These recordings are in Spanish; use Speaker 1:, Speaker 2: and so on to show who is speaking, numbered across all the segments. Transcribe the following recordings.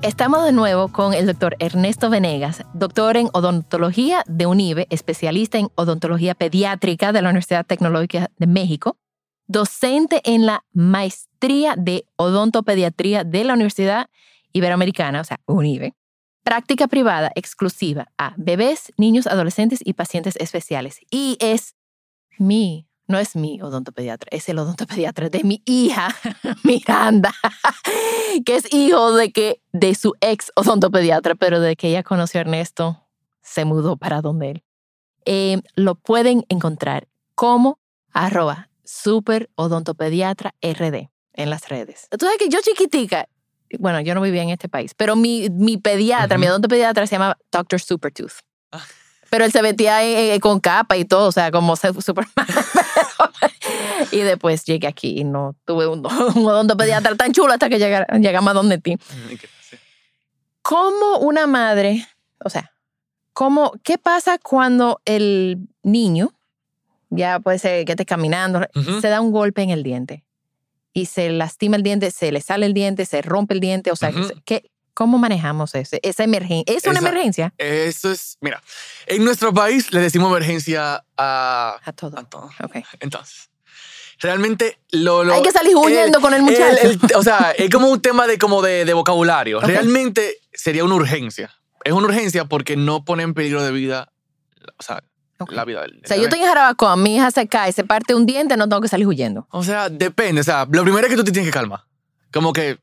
Speaker 1: Estamos de nuevo con el doctor Ernesto Venegas, doctor en odontología de UNIBE, especialista en odontología pediátrica de la Universidad Tecnológica de México, docente en la maestría de odontopediatría de la Universidad Iberoamericana, o sea, UNIBE, práctica privada exclusiva a bebés, niños, adolescentes y pacientes especiales. Y es mi, no es mi odontopediatra, es el odontopediatra de mi hija, Miranda, que es hijo de, que, de su ex odontopediatra, pero de que ella conoció a Ernesto, se mudó para donde él. Eh, lo pueden encontrar como arroba superodontopediatra rd en las redes. Tú sabes que yo chiquitica, bueno, yo no vivía en este país, pero mi, mi pediatra,
Speaker 2: Ujú.
Speaker 1: mi odontopediatra se llama Dr. Supertooth. Pero él se metía eh, eh, con capa y todo, o sea, como se- Superman. y después llegué aquí y no tuve un, un odontopediatra tan chulo hasta que llegara- llegamos a donde ti. ¿Cómo una madre, o sea, cómo, qué pasa cuando el niño, ya puede ser que esté caminando,
Speaker 2: Ujú.
Speaker 1: se da un golpe en el diente y se lastima el diente, se le sale el diente, se rompe el diente, o sea,
Speaker 3: Ujú.
Speaker 1: ¿qué- ¿cómo manejamos ese, esa emergencia? ¿Es una
Speaker 3: Esa-
Speaker 1: emergencia?
Speaker 3: Eso es, mira, en nuestro país le decimos emergencia a,
Speaker 1: A todo.
Speaker 3: a todo.
Speaker 1: Ok.
Speaker 3: Entonces, realmente lo... lo-
Speaker 1: Hay que salir huyendo con el muchacho.
Speaker 3: el- el- o sea, es como un tema de, como de, de vocabulario.
Speaker 1: Ok.
Speaker 3: Realmente sería una urgencia. Es una urgencia porque no pone en peligro de vida, o sea,
Speaker 1: Ok.
Speaker 3: la vida del...
Speaker 1: O sea, yo estoy en Jarabacoa, mi hija se cae, se parte un diente, no tengo que salir huyendo.
Speaker 3: O sea, depende. O sea, lo primero es que tú te tienes que calmar. Como que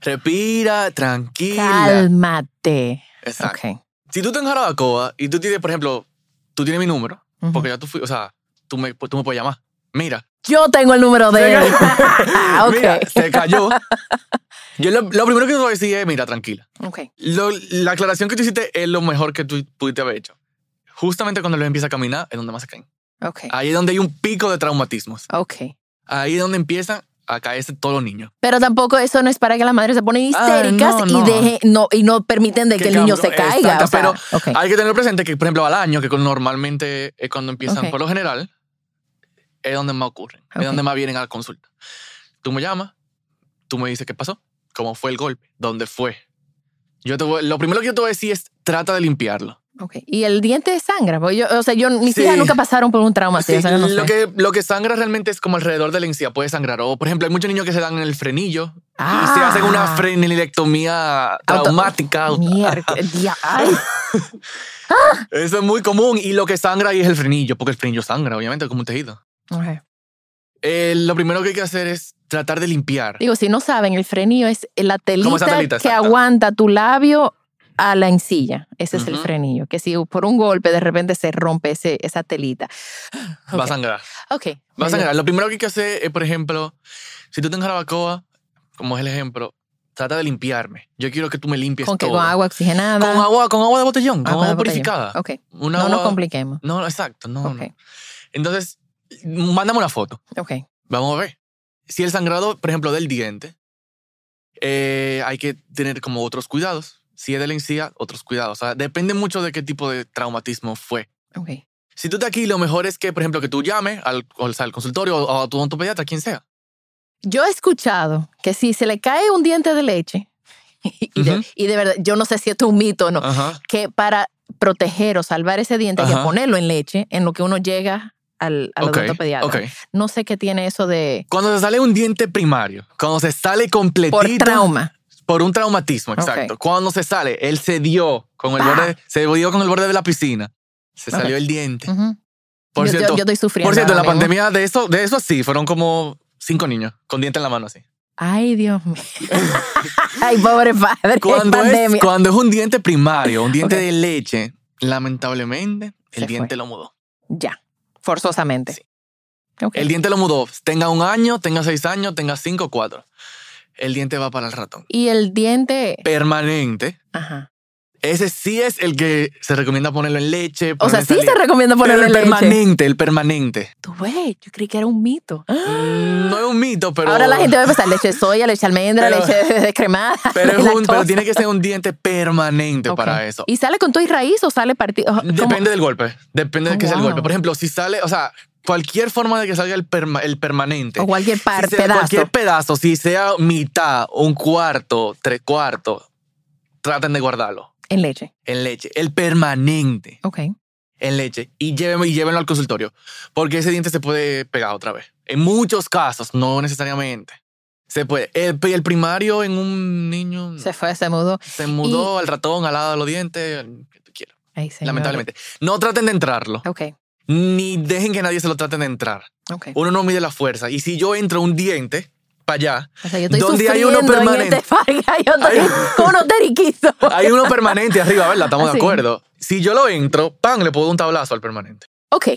Speaker 3: respira, tranquila.
Speaker 1: Cálmate.
Speaker 3: Exacto.
Speaker 1: Ok.
Speaker 3: Si tú te en Jarabacoa y tú tienes, por ejemplo, tú tienes mi número,
Speaker 1: Ujú.
Speaker 3: porque ya tú fui, o sea, tú me, pues, tú me puedes llamar. Mira,
Speaker 1: Yo tengo el número de él. Ah, ok.
Speaker 3: mira, se cayó. Yo lo, lo primero que te voy a decir es, mira, tranquila.
Speaker 1: Ok.
Speaker 3: Lo- la aclaración que tú hiciste es lo mejor que tú pudiste haber hecho. Justamente cuando los empieza a caminar es donde más se caen.
Speaker 1: Ok.
Speaker 3: Ahí es donde hay un pico de traumatismos.
Speaker 1: Ok.
Speaker 3: Ahí es donde empiezan a caerse todos los niños.
Speaker 1: Pero tampoco eso no es para que las madres se ponen
Speaker 3: Ah,
Speaker 1: histéricas
Speaker 3: no,
Speaker 1: y
Speaker 3: no.
Speaker 1: deje- no, y no permiten de que,
Speaker 3: Que
Speaker 1: el niño
Speaker 3: cambio-
Speaker 1: se caiga.
Speaker 3: exacto,
Speaker 1: o sea,
Speaker 3: pero
Speaker 1: ok.
Speaker 3: Hay que tener presente que, por ejemplo, al año, que con- normalmente es cuando empiezan,
Speaker 1: Ok.
Speaker 3: por lo general, es donde más ocurren,
Speaker 1: Ok.
Speaker 3: es donde más vienen a la consulta. Tú me llamas, tú me dices qué pasó, cómo fue el golpe, dónde fue. Yo te voy- lo primero que yo te voy a decir es trata de limpiarlo.
Speaker 1: Ok. Y el diente de sangra. porque yo- o sea, yo, mis
Speaker 3: Sí.
Speaker 1: hijas nunca pasaron por un trauma así.
Speaker 3: Sí,
Speaker 1: o sea, yo no
Speaker 3: lo,
Speaker 1: sé.
Speaker 3: que, lo que sangra realmente es como alrededor de la encía, puede sangrar. O, por ejemplo, hay muchos niños que se dan en el frenillo
Speaker 1: Ah.
Speaker 3: y se hacen una frenilectomía
Speaker 1: Auto-
Speaker 3: traumática.
Speaker 1: Miércoles. dia- Ay,
Speaker 3: Eso es muy común. Y lo que sangra ahí es el frenillo, porque el frenillo sangra, obviamente, como un tejido.
Speaker 1: ok.
Speaker 3: Eh, lo primero que hay que hacer es tratar de limpiar.
Speaker 1: Digo, si no saben, el frenillo es la telita,
Speaker 3: telita,
Speaker 1: que
Speaker 3: exacto.
Speaker 1: aguanta tu labio a la encilla. Ese es el
Speaker 3: Ujú.
Speaker 1: frenillo. Que si por un golpe de repente se rompe ese, esa telita.
Speaker 3: Va a
Speaker 1: Ok.
Speaker 3: sangrar.
Speaker 1: Ok.
Speaker 3: Va a
Speaker 1: medio-
Speaker 3: sangrar. Lo primero que hay que hacer es, por ejemplo, si tú tienes jarabacoa, como es el ejemplo, trata de limpiarme. Yo quiero que tú me limpies
Speaker 1: Con, que-
Speaker 3: todo.
Speaker 1: con agua oxigenada.
Speaker 3: Con agua, con agua de botellón, con
Speaker 1: agua
Speaker 3: agua,
Speaker 1: de botella.
Speaker 3: purificada.
Speaker 1: Ok.
Speaker 3: Una
Speaker 1: No nos
Speaker 3: agua-
Speaker 1: compliquemos.
Speaker 3: No, no, exacto. No,
Speaker 1: Ok.
Speaker 3: no. Entonces, mándame una foto.
Speaker 1: Ok.
Speaker 3: Vamos a ver. Si el sangrado, por ejemplo, del diente, eh, hay que tener como otros cuidados. Si es de la encía, otros cuidados. O sea, depende mucho de qué tipo de traumatismo fue.
Speaker 1: Ok.
Speaker 3: Si tú estás aquí, lo mejor es que, por ejemplo, que tú llames al, o sea, al consultorio o a tu odontopediatra, quien sea.
Speaker 1: Yo he escuchado que si se le cae un diente de leche, y, de,
Speaker 3: Ujú.
Speaker 1: y de verdad, yo no sé si esto es un mito o no,
Speaker 3: Ajá.
Speaker 1: que para proteger o salvar ese diente hay que
Speaker 3: Ajá.
Speaker 1: ponerlo en leche en lo que uno llega al, al
Speaker 3: Ok,
Speaker 1: odontopediatra.
Speaker 3: ok.
Speaker 1: No sé qué tiene eso de...
Speaker 3: Cuando se sale un diente primario, cuando se sale completito.
Speaker 1: Por trauma.
Speaker 3: Por un traumatismo, exacto.
Speaker 1: Ok.
Speaker 3: Cuando se sale, él se dio con el
Speaker 1: Ah.
Speaker 3: borde, se dio con el borde de la piscina. Se
Speaker 1: Ok.
Speaker 3: salió el diente.
Speaker 1: Ujú.
Speaker 3: Por
Speaker 1: yo, yo-
Speaker 3: cierto,
Speaker 1: yo estoy sufriendo.
Speaker 3: por cierto, en la
Speaker 1: ahora mismo.
Speaker 3: pandemia de eso, de eso sí, fueron como cinco niños con diente en la mano así.
Speaker 1: Ay, Dios mío. Ay, pobre padre.
Speaker 3: Cuando es,
Speaker 1: pandemia.
Speaker 3: cuando es un diente primario, un diente
Speaker 1: Ok.
Speaker 3: de leche, lamentablemente
Speaker 1: Se
Speaker 3: el
Speaker 1: fue.
Speaker 3: diente lo mudó.
Speaker 1: Ya, forzosamente.
Speaker 3: Sí.
Speaker 1: Ok.
Speaker 3: El diente lo mudó. Tenga un año, tenga seis años, tenga cinco, cuatro. El diente va para el ratón.
Speaker 1: Y el diente.
Speaker 3: Permanente.
Speaker 1: Ajá.
Speaker 3: Ese sí es el que se recomienda ponerlo en leche.
Speaker 1: O sea, sí
Speaker 3: ponerlo en
Speaker 1: se
Speaker 3: saliva.
Speaker 1: recomienda
Speaker 3: Pero
Speaker 1: ponerle
Speaker 3: el
Speaker 1: leche.
Speaker 3: permanente, el permanente.
Speaker 1: Tú ves, yo creí que era un mito.
Speaker 3: Mm, No es un mito, pero.
Speaker 1: Ahora la gente va a pensar leche de soya, leche de almendra,
Speaker 3: Pero-
Speaker 1: leche descremada.
Speaker 3: Pero, es
Speaker 1: de
Speaker 3: un- pero
Speaker 1: lactosa.
Speaker 3: tiene que ser un diente permanente
Speaker 1: Ok.
Speaker 3: para eso.
Speaker 1: ¿Y sale con todo y raíz o sale partido? ¿Cómo? Oh,
Speaker 3: Depende del golpe. Depende de qué sea el
Speaker 1: Wow.
Speaker 3: golpe. Por ejemplo, si sale, o sea, cualquier forma de que salga el, perma- el permanente.
Speaker 1: O cualquier
Speaker 3: Si
Speaker 1: par,
Speaker 3: sea
Speaker 1: pedazo.
Speaker 3: Cualquier pedazo, si sea mitad, un cuarto, tres cuartos, traten de guardarlo
Speaker 1: En leche.
Speaker 3: en leche. El permanente
Speaker 1: Ok.
Speaker 3: en leche. Y llévenlo, y llévenlo al consultorio, porque ese diente se puede pegar otra vez. En muchos casos, no necesariamente. Se puede. El, el primario en un niño no.
Speaker 1: Se fue, se mudó.
Speaker 3: se mudó al ratón, al lado de los dientes, al que tú quieras.
Speaker 1: Ay, señor.
Speaker 3: Lamentablemente. No traten de entrarlo,
Speaker 1: Ok,
Speaker 3: ni dejen que nadie se lo traten de entrar.
Speaker 1: ok.
Speaker 3: Uno no mide la fuerza. Y si yo entro un diente para allá,
Speaker 1: O sea, yo estoy
Speaker 3: ¿Dónde
Speaker 1: sufriendo
Speaker 3: hay uno
Speaker 1: en este
Speaker 3: permanente?
Speaker 1: farga. Yo estoy
Speaker 3: Hay-
Speaker 1: con unos teriquitos.
Speaker 3: Hay uno permanente arriba, ¿verdad? Estamos
Speaker 1: Sí.
Speaker 3: de acuerdo. Si yo lo entro, pan, le puedo dar un tablazo al permanente.
Speaker 1: Ok.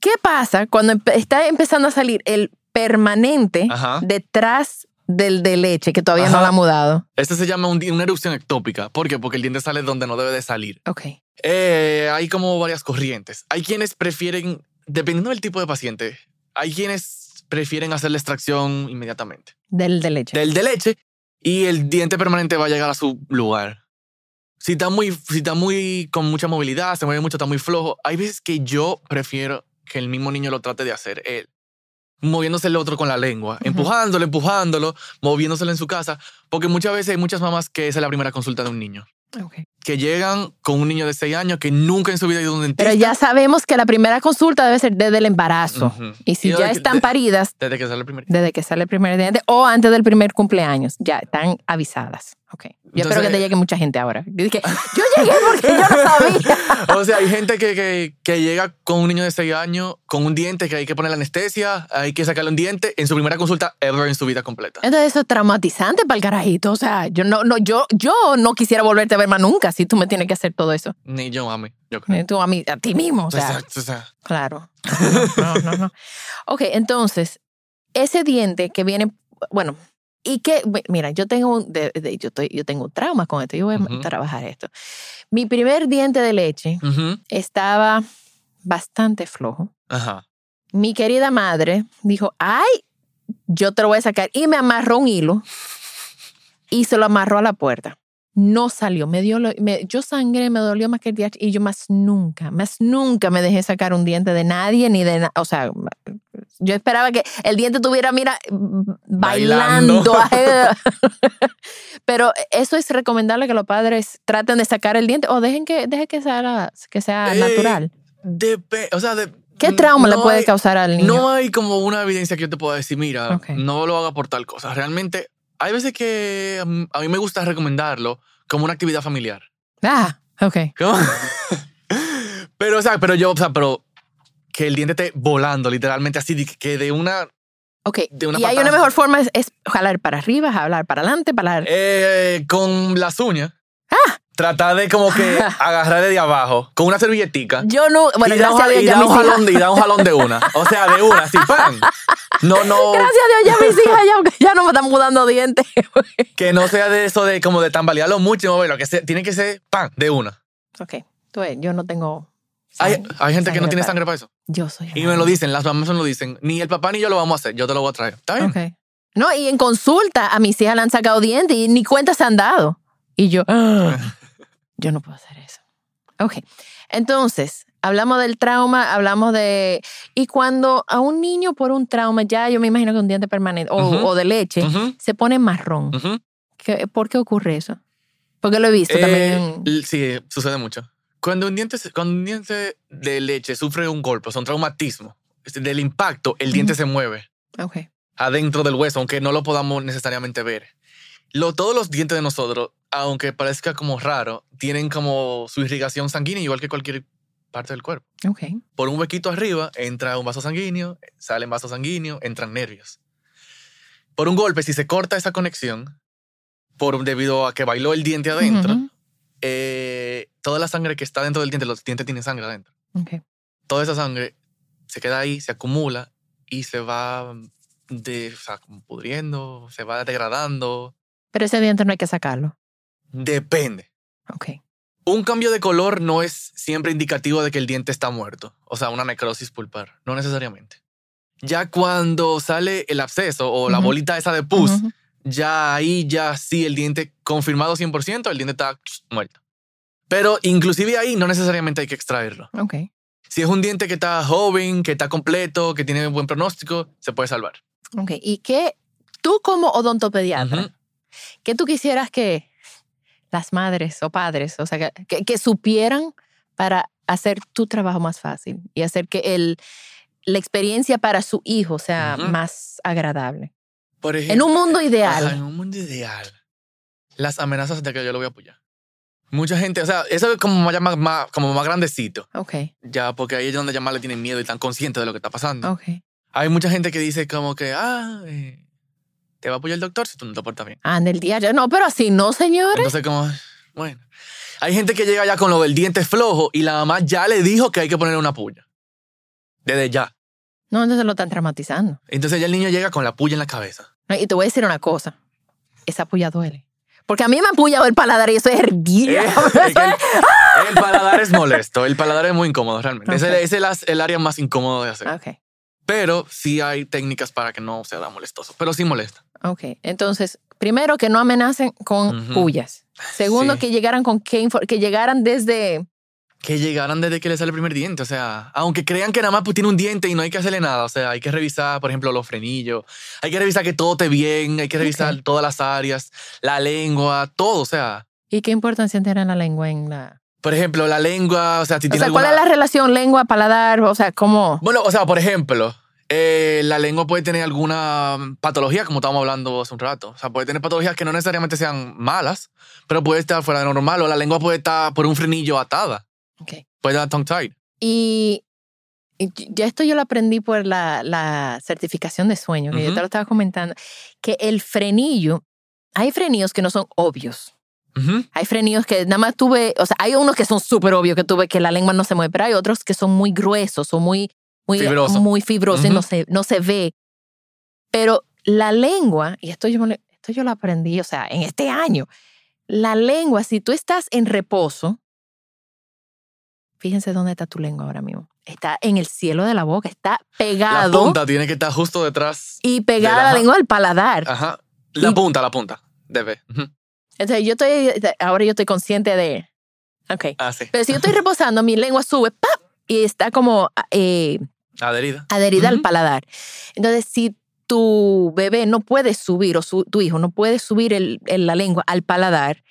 Speaker 1: ¿Qué pasa cuando empe- está empezando a salir el permanente
Speaker 3: Ajá.
Speaker 1: detrás del de leche que todavía no
Speaker 3: Ajá.
Speaker 1: la ha mudado?
Speaker 3: Este se llama un di- una erupción ectópica. ¿Por qué? Porque el diente sale donde no debe de salir.
Speaker 1: Ok.
Speaker 3: Eh, hay como varias corrientes. Hay quienes prefieren, dependiendo del tipo de paciente, hay quienes prefieren hacer la extracción inmediatamente
Speaker 1: Del de leche.
Speaker 3: del de leche y el diente permanente va a llegar a su lugar. Si está muy, si está muy con mucha movilidad, se mueve mucho, está muy flojo. Hay veces que yo prefiero que el mismo niño lo trate de hacer él, moviéndose el otro con la lengua,
Speaker 1: Ujú.
Speaker 3: empujándolo, empujándolo, moviéndoselo en su casa, porque muchas veces hay muchas mamás que esa es la primera consulta de un niño,
Speaker 1: Ok.
Speaker 3: que llegan con un niño de 6 años que nunca en su vida ha ido a un dentista.
Speaker 1: Pero ya sabemos que la primera consulta debe ser desde el embarazo.
Speaker 3: Ujú.
Speaker 1: Y si
Speaker 3: Y
Speaker 1: ya
Speaker 3: desde que-
Speaker 1: están
Speaker 3: de-
Speaker 1: paridas,
Speaker 3: desde que sale el primer.
Speaker 1: desde que sale el primer diente o antes del primer cumpleaños, ya están avisadas. Ok. Yo espero que
Speaker 3: Entonces-
Speaker 1: te llegue mucha gente ahora. Yo dije, yo llegué porque yo no sabía.
Speaker 3: O sea, hay gente que, que- que llega con un niño de 6 años, con un diente que hay que poner anestesia, hay que sacarle un diente en su primera consulta ever en su vida completa.
Speaker 1: Entonces eso es traumatizante para el carajito. O sea, yo no, no, yo, yo no quisiera volverte a ver más nunca si tú me tienes que hacer todo eso.
Speaker 3: Ni yo, mami. Yo creo.
Speaker 1: Eh, Tú a mí, a ti mismo. O sea,
Speaker 3: Exacto, o sea,
Speaker 1: claro. No, no, no, no. Ok, entonces, ese diente que viene, bueno, y que, mi- mira, yo tengo un, de- de- yo estoy, yo tengo un trauma con esto. Yo voy a
Speaker 3: Ujú.
Speaker 1: trabajar esto. Mi primer diente de leche
Speaker 3: ujú,
Speaker 1: estaba bastante flojo.
Speaker 3: Ajá.
Speaker 1: Mi querida madre dijo, ay, yo te lo voy a sacar. Y me amarró un hilo y se lo amarró a la puerta. No salió, me dio, lo- me- yo sangré, me dolió más que el día y yo más nunca, más nunca me dejé sacar un diente de nadie ni de, na- o sea, yo esperaba que el diente tuviera, mira, bailando.
Speaker 3: Bailando.
Speaker 1: Pero eso es recomendable que los padres traten de sacar el diente o dejen que, dejen que sea, que sea
Speaker 3: Eh,
Speaker 1: natural.
Speaker 3: Depe- o sea, de-
Speaker 1: ¿Qué trauma le
Speaker 3: no
Speaker 1: puede
Speaker 3: hay-
Speaker 1: causar al niño?
Speaker 3: No hay como una evidencia que yo te pueda decir, mira,
Speaker 1: Ok.
Speaker 3: no lo haga por tal cosa. Realmente, hay veces que mm, a mí me gusta recomendarlo como una actividad familiar.
Speaker 1: Ah, ok.
Speaker 3: ¿Cómo? pero, o sea, pero yo, o sea, pero que el diente esté volando, literalmente así, de que- que de una.
Speaker 1: Ok.
Speaker 3: De una
Speaker 1: y hay
Speaker 3: patada.
Speaker 1: una mejor forma, es, es jalar para arriba, jalar para adelante, para...
Speaker 3: eh, con las uñas.
Speaker 1: Ah.
Speaker 3: Tratar de como que agarrar de abajo con una servilletica.
Speaker 1: Yo no... Bueno,
Speaker 3: y, da un,
Speaker 1: gracias a
Speaker 3: jal-
Speaker 1: Dios
Speaker 3: y
Speaker 1: ya
Speaker 3: da
Speaker 1: mis
Speaker 3: un
Speaker 1: hijas...
Speaker 3: jalón, de- y da un jalón de una. O sea, de una, así, pan. No, no,
Speaker 1: Gracias a Dios ya mis hijas ya, ya no me están mudando dientes.
Speaker 3: que no sea de eso de como de tambalearlo mucho, bueno, que se- tiene que ser pan, de una.
Speaker 1: ok. Tú ves, yo no tengo...
Speaker 3: Hay,
Speaker 1: sang-
Speaker 3: hay gente que no tiene
Speaker 1: para-
Speaker 3: sangre para eso.
Speaker 1: Yo soy...
Speaker 3: Y me lo dicen, las mamás me lo dicen. Ni el papá ni yo lo vamos a hacer, yo te lo voy a traer. ¿Está bien?
Speaker 1: Ok. No, y en consulta a mis hijas le han sacado dientes y ni cuenta se han dado. Y yo... ah, yo no puedo hacer eso. Ok. Entonces, hablamos del trauma, hablamos de... Y cuando a un niño por un trauma, ya yo me imagino que un diente permanente o,
Speaker 3: Ujú.
Speaker 1: o de leche,
Speaker 3: Ujú,
Speaker 1: se pone marrón.
Speaker 3: ujú.
Speaker 1: ¿Qué- ¿Por qué ocurre eso? Porque lo he visto también.
Speaker 3: Eh, l- sí, sucede mucho. Cuando un, diente, se- cuando un diente de leche sufre un golpe, son traumatismo, es del impacto, el diente se mueve
Speaker 1: Ok.
Speaker 3: adentro del hueso, aunque no lo podamos necesariamente ver. Lo, todos los dientes de nosotros, aunque parezca como raro, tienen como su irrigación sanguínea igual que cualquier parte del cuerpo.
Speaker 1: Ok.
Speaker 3: Por un huequito arriba entra un vaso sanguíneo, salen vasos sanguíneos, entran nervios. por un golpe, si se corta esa conexión, por debido a que bailó el diente adentro,
Speaker 1: Ujú.
Speaker 3: eh, toda la sangre que está dentro del diente, los dientes tienen sangre adentro.
Speaker 1: Ok.
Speaker 3: Toda esa sangre se queda ahí, se acumula y se va mm, de, o sea, como pudriendo, se va degradando.
Speaker 1: Pero ese diente no hay que sacarlo.
Speaker 3: Depende.
Speaker 1: Ok.
Speaker 3: Un cambio de color no es siempre indicativo de que el diente está muerto, o sea, una necrosis pulpar, no necesariamente. Ya cuando sale el absceso o la
Speaker 1: Ujú.
Speaker 3: bolita esa de pus,
Speaker 1: Ujú.
Speaker 3: ya ahí ya sí el diente confirmado 100%, el diente está muerto. Pero inclusive ahí no necesariamente hay que extraerlo.
Speaker 1: Ok.
Speaker 3: Si es un diente que está joven, que está completo, que tiene buen pronóstico, se puede salvar.
Speaker 1: Ok. ¿Y qué tú como odontopediatra,
Speaker 3: Ujú.
Speaker 1: qué tú quisieras que las madres o padres, o sea, que, que- que supieran para hacer tu trabajo más fácil y hacer que el, la experiencia para su hijo sea
Speaker 3: Ujú.
Speaker 1: más agradable?
Speaker 3: Por
Speaker 1: En un mundo
Speaker 3: Ajá, en
Speaker 1: ideal.
Speaker 3: un mundo ideal. Las amenazas de que yo lo voy a apoyar. Mucha gente, o sea, eso es como ya más, más- como más grandecito,
Speaker 1: Ok,
Speaker 3: ya porque ahí es donde ya más le tienen miedo y están conscientes de lo que está pasando.
Speaker 1: ok.
Speaker 3: Hay mucha gente que dice como que, ah, eh, te va a apoyar el doctor si tú no te portas bien.
Speaker 1: Ah, en el diario. No, pero así no, señores.
Speaker 3: Entonces como, bueno. Hay gente que llega ya con lo del diente flojo y la mamá ya le dijo que hay que ponerle una puya. Desde ya.
Speaker 1: No, entonces lo están traumatizando.
Speaker 3: Entonces ya el niño llega con la puya en la cabeza.
Speaker 1: No, Y te voy a decir una cosa. Esa puya duele. Porque a mí me ha pullado el paladar y pues, eso es hervía.
Speaker 3: Eh, que el, el paladar es molesto, el paladar es muy incómodo realmente. Ese-
Speaker 1: Ok. Ah.
Speaker 3: Ese es las- el, área más incómodo de hacer.
Speaker 1: ok,
Speaker 3: Pero sí hay técnicas para que no sea tan molestoso, pero sí molesta.
Speaker 1: ok. Entonces, primero que no amenacen con
Speaker 3: Ujú.
Speaker 1: puyas. Segundo,
Speaker 3: Sí.
Speaker 1: que llegaran con qué info- que llegaran desde.
Speaker 3: Que llegaran desde que le sale el primer diente, o sea, aunque crean que nada más pues, tiene un diente y no hay que hacerle nada, o sea, hay que revisar, por ejemplo, los frenillos, hay que revisar que todo esté bien, hay que revisar
Speaker 1: Ok.
Speaker 3: todas las áreas, la lengua, todo, o sea,
Speaker 1: ¿Y qué importancia tiene la lengua en la.?
Speaker 3: por ejemplo, la lengua, o sea, si
Speaker 1: O
Speaker 3: tiene
Speaker 1: sea, ¿cuál es
Speaker 3: alguna-
Speaker 1: la relación lengua-paladar? O sea, ¿cómo?
Speaker 3: Bueno, o sea, por ejemplo, eh, la lengua puede tener alguna mm, patología, como estábamos hablando hace un rato. O sea, puede tener patologías que no necesariamente sean malas, pero puede estar fuera de lo normal. O la lengua puede estar por un frenillo atada.
Speaker 1: Ok.
Speaker 3: Puede estar tongue tied.
Speaker 1: Y, y ya esto yo lo aprendí por la, la certificación de sueño, que yo te
Speaker 3: Ujú.
Speaker 1: lo estaba comentando, que el frenillo, hay frenillos que no son obvios.
Speaker 3: Ujú.
Speaker 1: Hay frenillos que nada más tuve, o sea, hay unos que son súper obvios que tuve que la lengua no se mueve, pero hay otros que son muy gruesos o muy, muy
Speaker 3: Fibroso.
Speaker 1: muy fibrosos y no
Speaker 3: Ujú.
Speaker 1: se, no se ve. Pero la lengua, y esto yo, me lo- esto yo lo aprendí, o sea, en este año, la lengua, si tú estás en reposo, fíjense dónde está tu lengua ahora mismo. Está en el cielo de la boca, está
Speaker 3: La
Speaker 1: pegado
Speaker 3: punta tiene que estar justo detrás.
Speaker 1: y pegada
Speaker 3: de la- Ah.
Speaker 1: la lengua al paladar.
Speaker 3: Ajá. La
Speaker 1: Y-
Speaker 3: punta, la punta. Debe. Ujú.
Speaker 1: Entonces, yo estoy, ahora yo estoy consciente de, ok,
Speaker 3: Ah, sí.
Speaker 1: Pero si yo estoy reposando, mi lengua sube ¡pap! y está como eh,
Speaker 3: Adherida.
Speaker 1: adherida al
Speaker 3: Ujú.
Speaker 1: paladar. Entonces, si tu bebé no puede subir o su- tu hijo no puede subir el- el- la lengua al paladar,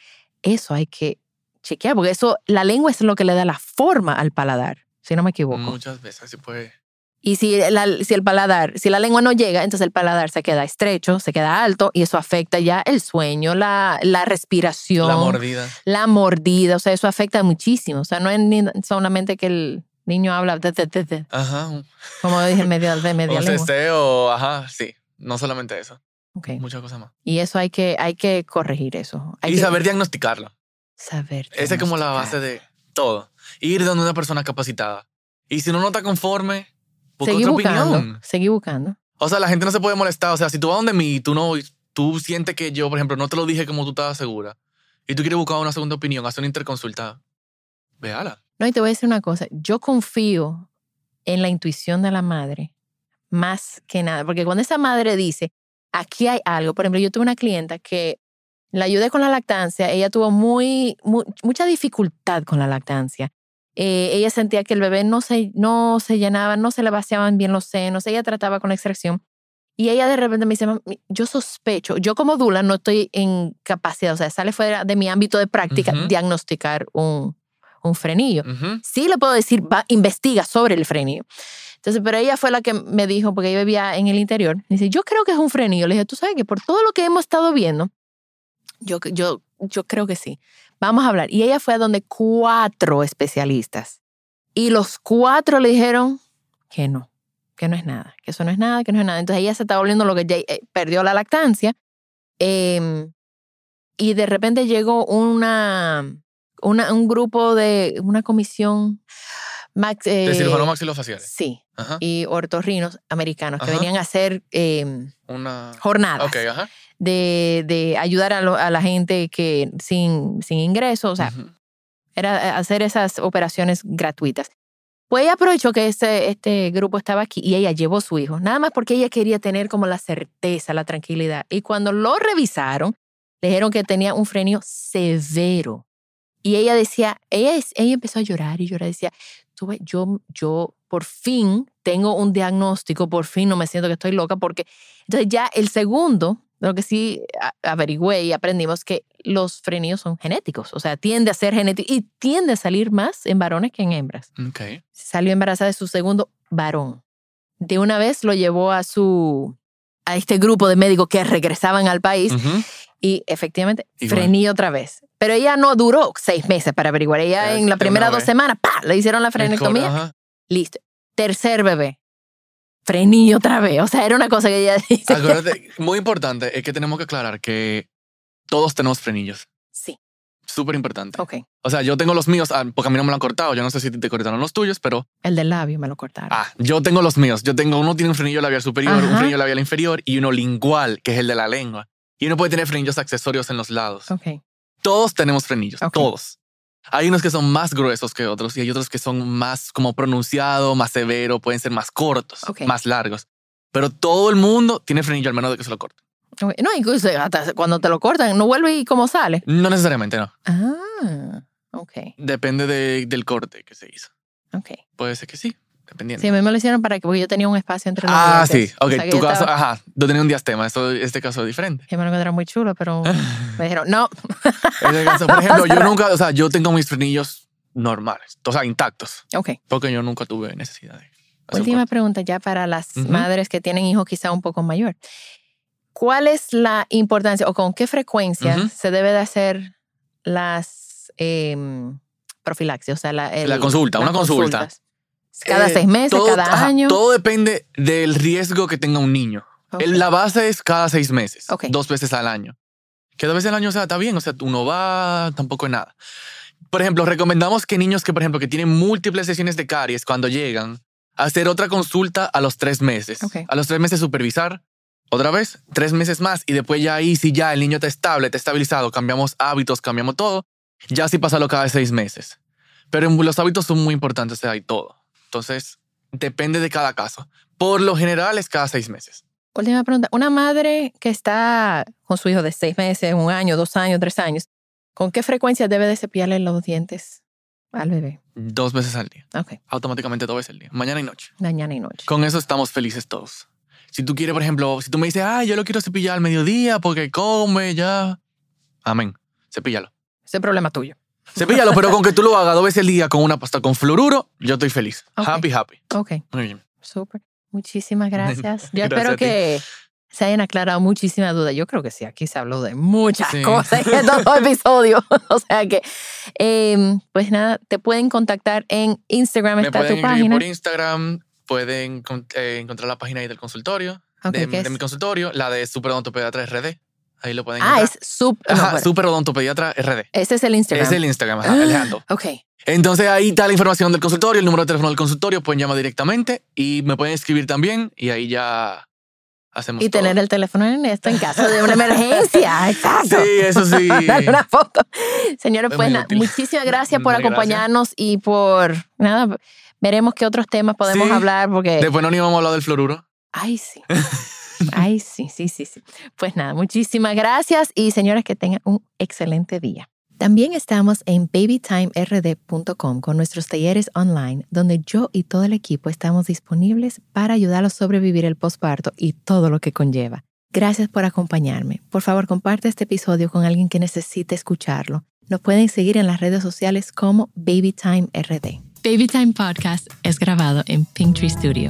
Speaker 1: eso hay que chequear, porque eso, la lengua es lo que le da la forma al paladar, si no me equivoco.
Speaker 3: Muchas veces se puede.
Speaker 1: Y si, la- si el paladar, si la lengua no llega, entonces el paladar se queda estrecho, se queda alto y eso afecta ya el sueño, la, la respiración
Speaker 3: La mordida.
Speaker 1: la mordida, o sea, eso afecta muchísimo. O sea, no es ni solamente que el niño habla, de, de, de, de,
Speaker 3: Ajá. Un
Speaker 1: como dije, media, de media
Speaker 3: un
Speaker 1: lengua.
Speaker 3: cesteo. Ajá. Sí. No solamente eso.
Speaker 1: Ok.
Speaker 3: Muchas cosas más.
Speaker 1: Y eso hay que, hay que corregir eso. Hay
Speaker 3: Y
Speaker 1: que
Speaker 3: saber diagnosticarlo.
Speaker 1: saber
Speaker 3: Esa es como la base
Speaker 1: diagnosticar.
Speaker 3: de todo. Ir donde una persona capacitada. Y si uno no está conforme, busca
Speaker 1: Seguí
Speaker 3: otra
Speaker 1: buscando,
Speaker 3: opinión.
Speaker 1: seguí buscando.
Speaker 3: O sea, la gente no se puede molestar. O sea, si tú vas donde mí y tú no, tú sientes que yo, por ejemplo, no te lo dije como tú estabas segura. Y tú quieres buscar una segunda opinión, hacer una interconsulta. Véala.
Speaker 1: No, y te voy a decir una cosa. Yo confío en la intuición de la madre más que nada, porque cuando esa madre dice, aquí hay algo, por ejemplo, yo tuve una clienta que la ayudé con la lactancia, ella tuvo muy, mu- mucha dificultad con la lactancia. Eh, ella sentía que el bebé no se, no se llenaba, no se le vaciaban bien los senos, ella trataba con la extracción. Y ella de repente me dice, "Mami, yo sospecho, yo como Dula no estoy en capacidad, o sea, sale fuera de mi ámbito de práctica
Speaker 3: Ujú.
Speaker 1: diagnosticar un, un frenillo
Speaker 3: Ujú.
Speaker 1: sí le puedo decir, va, investiga sobre el frenillo. Entonces, pero ella fue la que me dijo, porque yo vivía en el interior, me dice, yo creo que es un frenillo. Le dije, tú sabes que por todo lo que hemos estado viendo, yo, yo, yo creo que sí. Vamos a hablar. Y ella fue a donde cuatro especialistas. Y los cuatro le dijeron que no, que no es nada, que eso no es nada, que no es nada. Entonces ella se estaba volviendo lo que ya eh, perdió la lactancia. eh, y de repente llegó una, una- un grupo de una comisión max,
Speaker 3: De
Speaker 1: eh,
Speaker 3: cirujano maxilofaciales.
Speaker 1: Sí,
Speaker 3: Ajá.
Speaker 1: y ortorrinos americanos que
Speaker 3: Ajá.
Speaker 1: venían a hacer eh,
Speaker 3: Una.
Speaker 1: jornadas
Speaker 3: Ok, ajá.
Speaker 1: de, de ayudar a, lo- a la gente que sin, sin ingresos, o sea,
Speaker 3: Ujú.
Speaker 1: era eh, hacer esas operaciones gratuitas. Pues ella aprovechó que este, este grupo estaba aquí y ella llevó su hijo, nada más porque ella quería tener como la certeza, la tranquilidad. Y cuando lo revisaron, le dijeron que tenía un frenio severo. Y ella decía, ella, es- ella empezó a llorar y llorar, decía, "Tú ves, yo, yo por fin tengo un diagnóstico, por fin no me siento que estoy loca, porque entonces ya el segundo, lo que sí a- averigüé y aprendimos que los frenios son genéticos, o sea, tiende a ser genético y tiende a salir más en varones que en hembras.
Speaker 3: Ok.
Speaker 1: Salió embarazada de su segundo varón. De una vez lo llevó a su a este grupo de médicos que regresaban al país
Speaker 3: Ujú.
Speaker 1: y efectivamente
Speaker 3: Igual.
Speaker 1: frené otra vez. Pero ella no duró seis meses para averiguar. Ella
Speaker 3: Ya,
Speaker 1: en
Speaker 3: de
Speaker 1: la
Speaker 3: una
Speaker 1: primera dos
Speaker 3: vez.
Speaker 1: semanas, ¡pa! le hicieron la frenectomía.
Speaker 3: Ajá.
Speaker 1: Listo. Tercer bebé. Frené otra vez. O sea, era una cosa que ella dice.
Speaker 3: Acuérdate, muy importante es que tenemos que aclarar que todos tenemos frenillos.
Speaker 1: Sí,
Speaker 3: Súper importante.
Speaker 1: ok.
Speaker 3: O sea, yo tengo los míos, ah, porque a mí no me lo han cortado. Yo no sé si te cortaron los tuyos, pero
Speaker 1: El del labio me lo cortaron.
Speaker 3: Ah, yo tengo los míos. Yo tengo uno tiene un frenillo labial superior, un
Speaker 1: Ajá.
Speaker 3: frenillo labial inferior y uno lingual, que es el de la lengua. Y uno puede tener frenillos accesorios en los lados.
Speaker 1: Ok.
Speaker 3: Todos tenemos frenillos,
Speaker 1: Ok.
Speaker 3: todos. Hay unos que son más gruesos que otros y hay otros que son más como pronunciado, más severo, pueden ser más cortos,
Speaker 1: Ok.
Speaker 3: más largos. Pero todo el mundo tiene frenillo al menos de que se lo corten.
Speaker 1: Ok. No, incluso hasta cuando te lo cortan, no vuelve y cómo sale.
Speaker 3: No necesariamente, no.
Speaker 1: Ah, ok,
Speaker 3: Depende de- del corte que se hizo.
Speaker 1: ok.
Speaker 3: Puede ser que sí, dependiendo.
Speaker 1: Sí, a mí me lo hicieron para que, porque yo tenía un espacio entre los
Speaker 3: ah,
Speaker 1: dientes.
Speaker 3: sí. Ok,
Speaker 1: O sea, que
Speaker 3: tu
Speaker 1: yo
Speaker 3: caso,
Speaker 1: estaba-
Speaker 3: ajá. Yo tenía un diastema, esto, este caso es diferente.
Speaker 1: que me lo encontraron muy chulo, pero me dijeron, no,
Speaker 3: En el Este caso, por ejemplo, yo nunca, o sea, yo tengo mis frenillos normales, o sea, intactos,
Speaker 1: ok.
Speaker 3: porque yo nunca tuve necesidad de. hacer
Speaker 1: Última
Speaker 3: corte.
Speaker 1: pregunta ya para las
Speaker 3: Ujú.
Speaker 1: madres que tienen hijos quizá un poco mayor. ¿Cuál es la importancia o con qué frecuencia
Speaker 3: Ujú.
Speaker 1: se debe de hacer las em, profilaxias? O sea, la, el-
Speaker 3: La consulta,
Speaker 1: las
Speaker 3: una consulta.
Speaker 1: consultas? Cada
Speaker 3: Eh,
Speaker 1: seis meses,
Speaker 3: todo-
Speaker 1: cada
Speaker 3: ajá,
Speaker 1: año.
Speaker 3: Todo depende del riesgo que tenga un niño.
Speaker 1: Ok.
Speaker 3: El- La base es cada seis meses,
Speaker 1: Ok.
Speaker 3: dos veces al año. Que dos veces al año, o sea, está bien, o sea, tú no vas, tampoco es nada. Por ejemplo, recomendamos que niños que, por ejemplo, que tienen múltiples sesiones de caries cuando llegan, hacer otra consulta a los tres meses.
Speaker 1: Ok.
Speaker 3: A los tres meses supervisar, otra vez, tres meses más, y después ya ahí, si ya el niño está estable, está estabilizado, cambiamos hábitos, cambiamos todo, ya sí pasarlo cada seis meses. Pero en- los hábitos son muy importantes, o sea, hay todo. Entonces, depende de cada caso. Por lo general es cada seis meses.
Speaker 1: Última pregunta. Una madre que está con su hijo de seis meses, un año, dos años, tres años, ¿con qué frecuencia debe de cepillarle los dientes al bebé?
Speaker 3: Dos veces al día.
Speaker 1: Ok,
Speaker 3: Automáticamente dos veces al día. Mañana y noche.
Speaker 1: mañana y noche.
Speaker 3: Con eso estamos felices todos. Si tú quieres, por ejemplo, si tú me dices, ah, yo lo quiero cepillar al mediodía porque come ya. Amén. Cepíllalo.
Speaker 1: Ese problema tuyo.
Speaker 3: Cepíllalo, pero con que tú lo hagas dos veces al día con una pasta con fluoruro, yo estoy feliz.
Speaker 1: Ok.
Speaker 3: Happy, happy.
Speaker 1: Ok.
Speaker 3: Muy bien.
Speaker 1: Súper. Muchísimas gracias. Yo
Speaker 3: Gracias a
Speaker 1: espero
Speaker 3: ti.
Speaker 1: que se hayan aclarado muchísimas dudas. Yo creo que sí, aquí se habló de muchas
Speaker 3: Sí.
Speaker 1: cosas en estos dos episodios. o sea que, eh, pues nada, te pueden contactar en Instagram,
Speaker 3: Me
Speaker 1: está
Speaker 3: pueden
Speaker 1: tu
Speaker 3: escribir
Speaker 1: página.
Speaker 3: por Instagram, pueden con- eh, encontrar la página ahí del consultorio,
Speaker 1: Ok,
Speaker 3: de,
Speaker 1: ¿qué
Speaker 3: de
Speaker 1: es?
Speaker 3: mi consultorio, la de Superodontopediatra RD. Ahí lo pueden
Speaker 1: Ah,
Speaker 3: encontrar.
Speaker 1: es sub. no,
Speaker 3: Ajá,
Speaker 1: bueno,
Speaker 3: Superodontopediatra RD.
Speaker 1: ese es el Instagram.
Speaker 3: Es el Instagram, ajá, el handle.
Speaker 1: Ok.
Speaker 3: Entonces ahí está la información del consultorio, el número de teléfono del consultorio, pueden llamar directamente y me pueden escribir también y ahí ya hacemos
Speaker 1: Y tener
Speaker 3: todo.
Speaker 1: el teléfono en esto en caso de una emergencia. Exacto.
Speaker 3: Sí, eso sí.
Speaker 1: Dar una foto. Señores,
Speaker 3: Es
Speaker 1: pues
Speaker 3: muy
Speaker 1: nada,
Speaker 3: útil.
Speaker 1: muchísimas gracias por
Speaker 3: Gracias.
Speaker 1: acompañarnos y por nada, veremos qué otros temas podemos
Speaker 3: Sí.
Speaker 1: hablar porque
Speaker 3: Después no ni vamos a hablar del fluoruro.
Speaker 1: Ay, sí. Ay, sí, sí, sí, sí. Pues nada, muchísimas gracias y señoras que tengan un excelente día. También estamos en babytimerd.com con nuestros talleres online, donde yo y todo el equipo estamos disponibles para ayudarlos a sobrevivir el posparto y todo lo que conlleva. Gracias por acompañarme. Por favor, comparte este episodio con alguien que necesite escucharlo. Nos pueden seguir en las redes sociales como BabyTimeRD. BabyTime Podcast es grabado en Pinktree Studio.